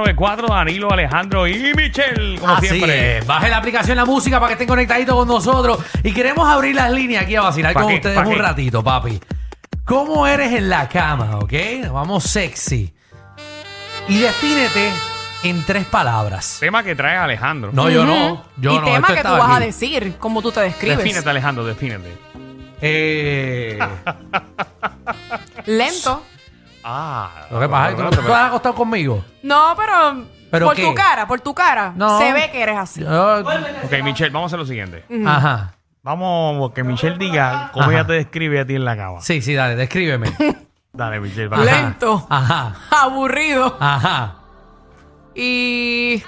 94, Danilo, Alejandro y Michelle, como Así siempre. es. Baje la aplicación La Música para que estén conectaditos con nosotros. Y queremos abrir las líneas aquí a vacilar ¿Pa con qué? ustedes ¿Pa un qué? ratito, papi. ¿Cómo eres en la cama, ok? Nos Vamos sexy. Y defínete en tres palabras. Tema que trae Alejandro. No, yo no. Yo y no. tema esto que tú estaba vas a aquí. decir, cómo tú te describes. defínete, Alejandro, defínete. Eh, Lento. Ah. lo que pasa es que tú, tú has acostado conmigo. No, pero, ¿Pero por qué? tu cara, por tu cara, No. se ve que eres así. Yo- Ok, Michelle, vamos a hacer lo siguiente. ajá. Vamos, que Michelle diga cómo Ajá. ella te describe a ti en la cama. Sí, sí, dale, descríbeme. Dale, Michelle. Ajá. Vamos. Lento. Ajá. Aburrido. Ajá. Y...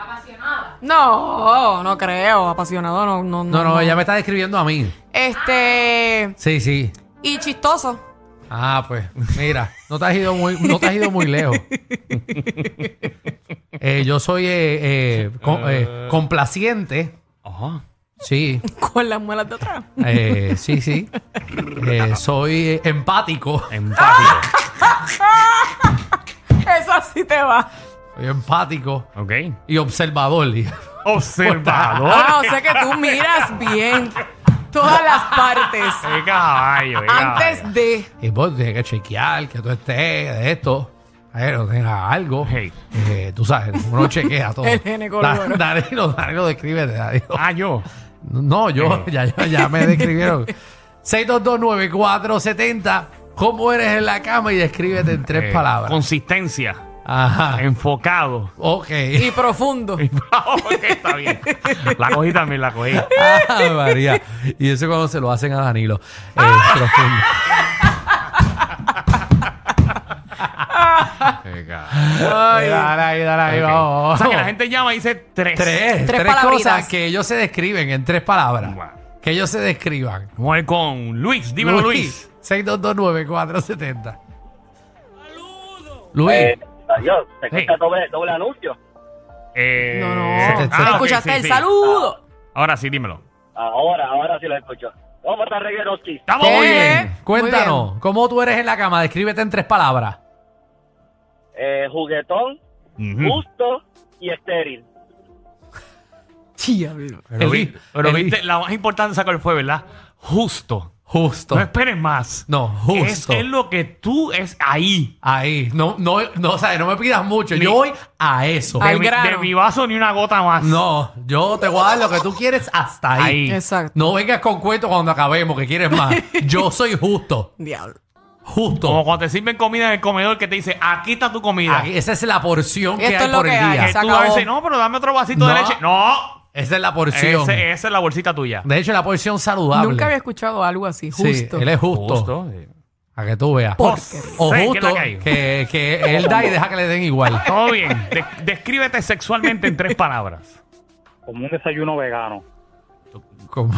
Apasionada. No, no creo. Apasionado no. No, No, no, ella me está describiendo a mí. Este... Sí, sí. Y chistoso. Ah, pues, mira, no te has ido muy, no te has ido muy lejos. Eh, yo soy eh, eh, co- eh, complaciente. Ajá. Sí, Con las muelas de atrás. eh, sí, sí. Eh, soy eh, empático. Empático. Eso sí te va. Soy empático ok. y observador. Y- Ah, o Observador. sea que tú miras bien todas las partes. Qué caballo, qué caballo. Antes de... Y vos tienes que chequear que tú estés de esto. A ver, no tengas algo. Hey. Eh, tú sabes, uno chequea todo. El ginecólogo, ¿no? Da- Danilo, Danilo, descríbete, Danilo. Ah, yo. No, Eh. yo, ya, ya, ya me describieron. 6229470. ¿Cómo eres en la cama? Y descríbete en tres Eh, palabras. Consistencia. Ajá. Enfocado. Ok. Y profundo. ok, está bien. La cogí también, la cogí. Ah, María. Y eso cuando se lo hacen a Danilo. Eh, Ah. profundo. Qué caballo. Ay, eh, dale ahí, dale ahí, Ok. vamos. O sea, que la gente llama y dice tres. Tres, Tres tres palabritas. cosas que ellos se describen en tres palabras. Bueno. Que ellos se describan. Vamos a ir con Luis. Dímelo, Luis. 6229470. Eh, Luis. Dios, se Sí. escucha doble, doble anuncio. Eh, No, no. Ah, Se te- ok, Escuchaste sí, el sí. saludo. Ahora sí, dímelo. Ahora, ahora sí lo escucho. Vamos a Regueroski. ¡Estamos ¿Qué? muy bien! Muy Cuéntanos, ¿cómo tú eres en la cama? Descríbete en tres palabras. Eh, juguetón, Ujú. justo y estéril. Pero, El- vi- pero el- viste, la más importante sacó el fue, ¿verdad? Justo. Justo. No esperes más. No, justo. ¿Eh? Es, es lo que tú es ahí. Ahí. No, no, no, o sea, no me pidas mucho. Li- Yo voy a eso. De Al mi, grano. de mi vaso ni una gota más. No, yo te voy a dar lo que tú quieres hasta ahí. Ahí. Exacto. No vengas con cuentos cuando acabemos que quieres más. Yo soy justo. Diablo. Justo. Como cuando te sirven comida en el comedor que te dice, aquí está tu comida. Aquí- esa es la porción que Esto hay es lo por el que hay. día. que se tú acabó. a veces, no, pero dame otro vasito de No. leche. No. Esa es la porción. Ese- esa es la bolsita tuya. De hecho, la porción saludable. Nunca había escuchado algo así, Sí, justo. él es justo. sí. A que tú veas. Por- o Sí, que justo la caigo. que, que él da y deja que le den igual. Todo bien. De- descríbete sexualmente en tres palabras. Como un desayuno vegano. Como-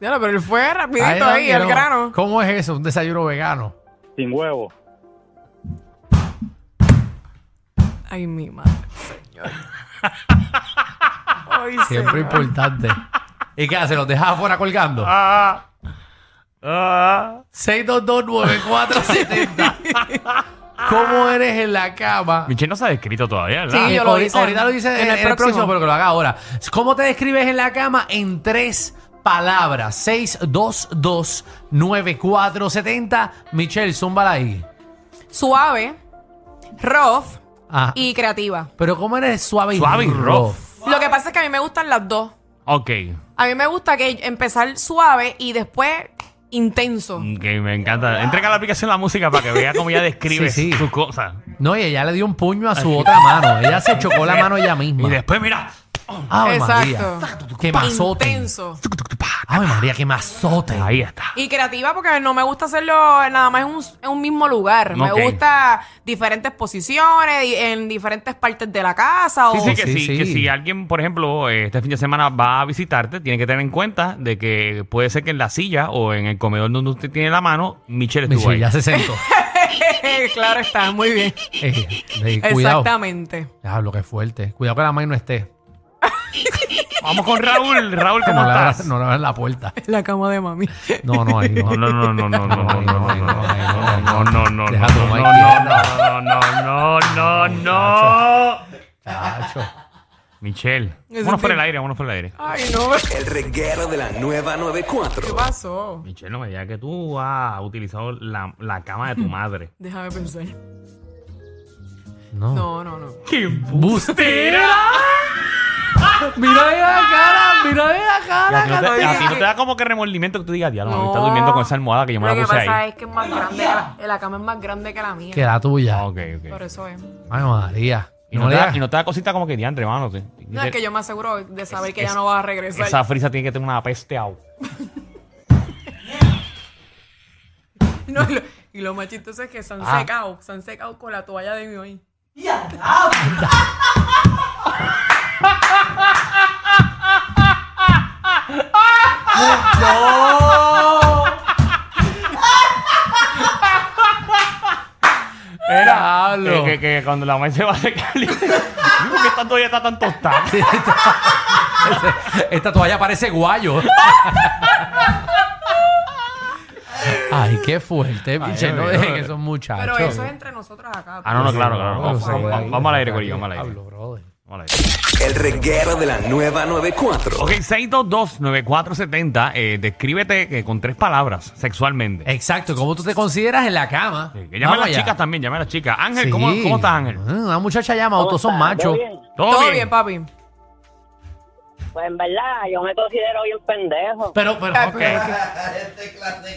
Diablo, pero él fue rapidito Ay, ahí, no, que al no. grano. ¿Cómo es eso? Un desayuno vegano. Sin huevo. Ay, mi madre, señor. Ay, Siempre señor. importante. ¿Y qué hace? ¿Los deja afuera colgando? Ah, ah. 6229470. ¿Cómo eres en la cama? Ah, Michelle no se ha descrito todavía, ¿verdad? Sí, yo lo ahorita, hice. ahorita lo dice en, el, próximo. pero que lo haga ahora. ¿Cómo te describes en la cama? En tres palabras. 6229470. Michelle, zúmbala ahí. Suave, rough Ah, y creativa. Pero ¿cómo eres suave y Suave y rough. Lo que pasa es que a mí me gustan las dos. Ok. A mí me gusta que empezar suave y después intenso. Ok, me encanta. Entrega la aplicación la música para que vea cómo ella describe Sí, sí. sus cosas. No, y ella le dio un puño a su otra mano. Ella se chocó la mano ella misma. Y después, mira. ¡Ave Exacto. María! ¡Qué mazote! Intenso. ¡Ave María, qué mazote! Ahí está. Y creativa porque no me gusta hacerlo nada más en un, en un mismo lugar. Ok. Me gusta diferentes posiciones, di- en diferentes partes de la casa. Sí, o... sí, que, oh, sí, sí, sí. que si alguien, por ejemplo, eh, este fin de semana va a visitarte, tiene que tener en cuenta de que puede ser que en la silla o en el comedor donde usted tiene la mano, Michelle estuvo Michelle, ahí. ya se sentó. claro está, muy bien. Eh, eh, cuidado. Exactamente. Diablo, qué fuerte. Cuidado que la mano no esté. vamos con Raúl. Raúl, ¿cómo No le estás? abras no le abras la puerta. La cama de mami. No, no, ahí no. No, no, no, no, no, no, no, no, no, no, no, no, no, Deja tu no, mic no, quieto. no, no, no, no, no. Chacho. Michelle, Ese vámonos por el tipo- aire, vámonos por el aire. Ay, no. ¿Qué El reguero de la nueva 94. pasó? Michelle, no me digas que tú has utilizado la, la cama de tu madre. Déjame pensar. No. No, no, no. ¡Qué ¡Bustera! Mira esa cara, Ah, mira esa Y a ti no cara. te- Católica. a ti no te da como que remordimiento que tú digas, diablo, mami, está No. durmiendo con esa almohada que yo me Lo la que puse pasa ahí. es que es más grande. que La, la cama es más grande que la mía. Que la Ah, tuya. ok, ok. Por eso es. Ay, María. Y no, te da, y no te da cosita como que diantre, hermano. No, es que yo me aseguro de saber que es- ya no va a regresar. Esa frisa tiene que tener una peste au. No, y, lo, y lo más chistoso es que se han Ah. secado. Se han secado con la toalla de mi hoy. Era Diablo. que, que, que cuando la mamá se va a secar, digo, ¿por qué esta todavía está tan tostada? Esta toalla parece guayo. Ay, qué fuerte, Michelle. No Dios dejen mío. que son muchachos. Pero eso es entre nosotras acá. Ah, no, no, claro, claro. No, Vamos, se puede vamos, ahí, vamos al aire, no, Corillo, vamos al aire. diablo, brother. Vamos al aire. El reguero de la nueva 94. Ok, 622-9470. Eh, descríbete que con tres palabras, sexualmente. Exacto, ¿cómo tú te consideras en la cama? Sí, que llame a Eh, Vamos las allá. chicas también, llame a las chicas. Ángel, Sí. ¿cómo, ¿cómo estás, Ángel? Ah, Una muchacha llama, otros son ¿Cómo estás? ¿Todo machos. bien? ¿Todo, Todo bien? bien, papi. Pues en verdad, yo me considero bien pendejo. Pero, pero, Ay, pero es que-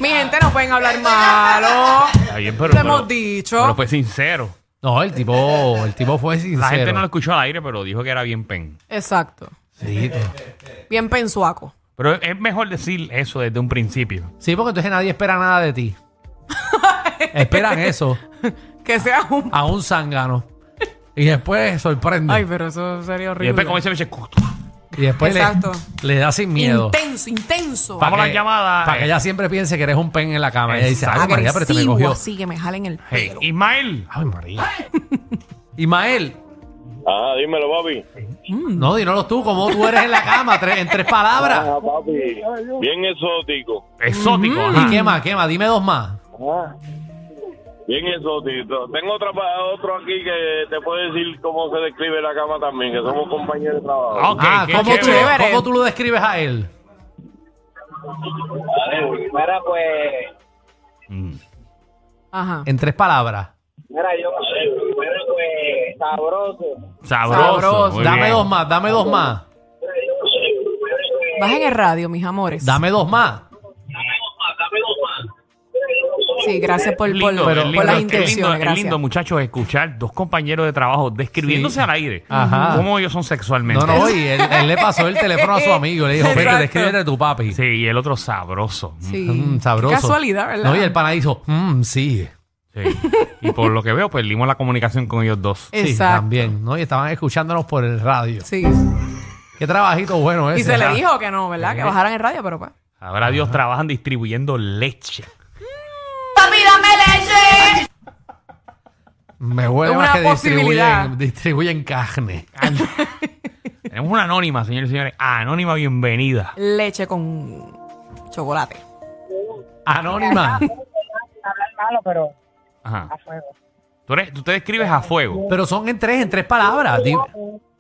Mi gente no pueden hablar malo. Está bien, pero, Lo pero- hemos dicho. Pero pues- fue sincero. No, el tipo, el tipo fue sincero. La gente no lo escuchó al aire, pero dijo que era bien pen. Exacto. Sí, tú. Bien pensuaco. Pero es- es mejor decir eso desde un principio. Sí, porque entonces nadie espera nada de ti. Esperan eso Que sea un. a un zángano. Y después sorprende. Ay, pero eso sería Y horrible. después, como dice Michelle, y después le, exacto. le da sin miedo. Intenso, intenso. Vamos a la llamada, Para eh. que ella siempre piense que eres un pen en la cama. Ella dice, ay, agresivo, María, pero este me cogió. así que me jalen el hey, pelo. Ismael. Ay, María. Ismael, Ah, dímelo, papi. no, dínoslo tú, ¿cómo tú eres en la cama? Tres- en tres palabras. Ah, papi. Bien exótico. Exótico. ajá. ¿Y qué más? ¿Qué más? Dime dos más. Ah. Bien exótico. Tengo otra, pa- otro aquí que te puede decir cómo se describe la cama también, que somos compañeros de trabajo. Ah, ok, ah, qué ¿cómo tú, chévere. chévere. ¿cómo tú lo describes a él? Mira, pues, Mm. Ajá. En tres palabras. mira, yo, mira, pues, sabroso. Sabroso. Sabroso. muy Dame bien. dos más, dame dos más. Bajen el radio, mis amores. Dame dos más. Sí, gracias por, por, Lindo, por es lindo, las es intenciones. lindo, es gracias. lindo, muchachos, escuchar dos compañeros de trabajo describiéndose Sí. al aire. Ajá. Cómo ellos son sexualmente. No, no, y él, él le pasó el teléfono a su amigo. Le dijo, vete, Exacto. descríbete a tu papi. Sí, y el otro sabroso. Sí. Mm, Qué sabroso. casualidad, ¿verdad? No, y el pana dijo, mmm, sí. Sí. Y por lo que veo, perdimos la comunicación con ellos dos. Sí, Exacto. también, ¿no? Y estaban escuchándonos por el radio. Sí. Qué trabajito bueno ese. Y se le ¿verdad? dijo que no, ¿verdad? Que bajaran el radio, pero pues. Ahora Dios trabajan distribuyendo leche. Me huele Una más que posibilidad. distribuyen, distribuyen carne. Tenemos una anónima, señores y señores. Anónima, bienvenida. Leche con chocolate. Anónima. hablar malo, pero Ajá. a fuego. Tú, eres- tú te describes a fuego. Pero son en tres, en tres palabras. Dime.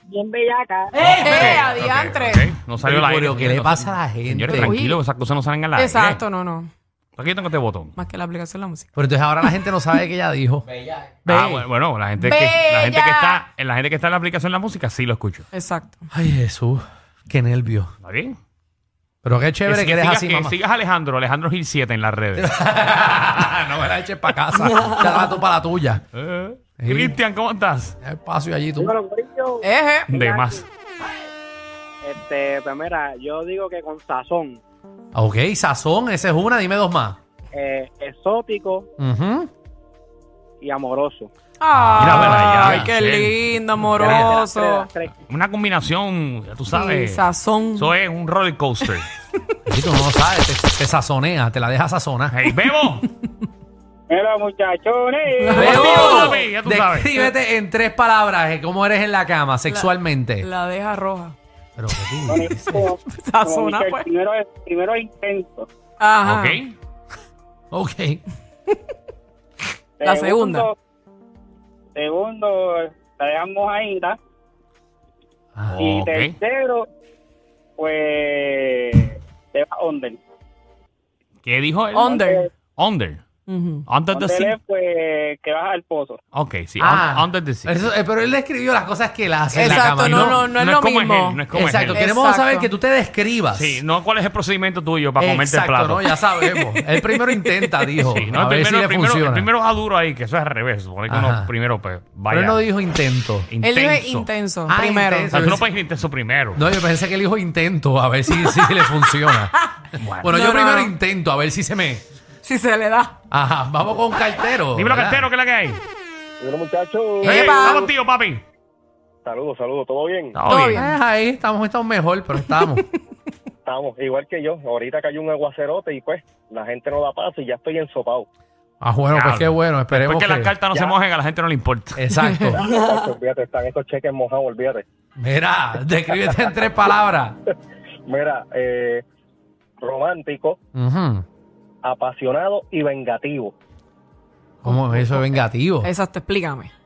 Bien bellaca. ¡Eh, Ok, adiantre! ok. No salió la Pero, ¿qué le pasa a la gente? Señores, tranquilo, esas cosas no salen al aire. Exacto, no, no. Aquí yo tengo este botón. Más que la aplicación de la música. Pero entonces ahora la gente no sabe que ella dijo. Ah, bueno, bueno, la gente, que, la, gente que está, eh, Bella. la gente que está en la aplicación de la música sí lo escucho. Exacto. Ay, Jesús. Qué nervio. ¿Está bien? Pero qué chévere que, que, eres sigas, así, que mamá. sigas a Alejandro, Alejandro Gil 7 en las redes. no me la eches para casa. Ya la tú para la tuya. Eh, Sí. Cristian, ¿cómo estás? Hay espacio allí tú. Bueno, corillo, Eje. De más. este, pues mira, yo digo que con sazón, Ok, sazón, esa es una. Dime dos más. eh, exótico Ujú. y amoroso. mírala ya, Ay, qué Michelle. lindo, Tres de amoroso. las tres. Una combinación, ya tú sabes. Sí, sazón. Eso es un roller coaster. Y tú no lo sabes, te, te sazonea, te la deja sazonar. ¡Hey, Bebo! Mira, muchachones. Bebo, Bebo, papi, ya tú sabes. Descríbete en tres palabras eh, cómo eres en la cama sexualmente. La deja roja. Pero que tú Bueno, dices. como- como Sazona, Michelle, pues. primero, es- primero es intenso. Ajá. ¿Ok? Ok. La Segundo, segundo, la dejamos ahí, ¿verdad? Ah, Y Ok. tercero, pues te va under. ¿Qué dijo él? Under. Under. Ujú. Under the Under sea. es pues que vas al pozo. Ok, sí. ah, un- Under the sea. eso- eh, pero él describió las cosas que él hace en la Exacto, cama. no, no, no es lo como mismo. él, no es como es Exacto, él. queremos Exacto. saber que tú te describas. Sí, no cuál es el procedimiento tuyo para comerte el Exacto, plato. ¿no? ya sabemos. El primero intenta, dijo. Sí, no, a el ver primero, si le el primero, funciona. el primero va duro ahí, que eso es al revés. Supone que uno Ajá. primero, pues, vaya. pero él no dijo intento. Él intenso. dijo intenso, Ah, primero. O intenso. sea, tú no puedes ir intenso primero. No, yo pensé que él dijo intento, a ver si, si le funciona. Bueno, yo No, no, primero no. intento, a ver si se me. Si se le da. Ajá, vamos con cartero. Dímelo, ¿verdad? cartero, ¿qué es la que hay? Bueno, muchachos. Hey, Epa. vamos, tío, papi. Saludos, saludos. ¿Todo bien? Todo, Todo bien. bien. Eh, ahí estamos, estamos mejor, pero estamos. Estamos igual que yo. Ahorita cayó un aguacerote y pues la gente no da paso y ya estoy ensopado. Ah, bueno, pues Diablo. qué bueno, esperemos. Después que que- las cartas no se Ya. mojen, a la gente no le importa. Exacto. Muchachos, olvídate, están estos cheques mojados, olvídate. Mira, descríbete en tres palabras. Mira, eh, romántico, Ujú. apasionado y vengativo. ¿Cómo eso es vengativo? Exacto, explícame.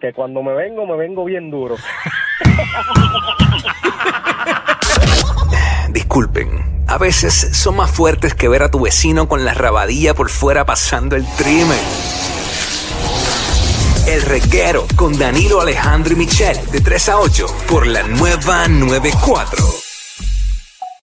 Que cuando me vengo, me vengo bien duro. Disculpen, a veces son más fuertes que ver a tu vecino con la rabadilla por fuera pasando el trimen. El reguero con Danilo Alejandro y Michel de 3 a 8 por la nueva 94.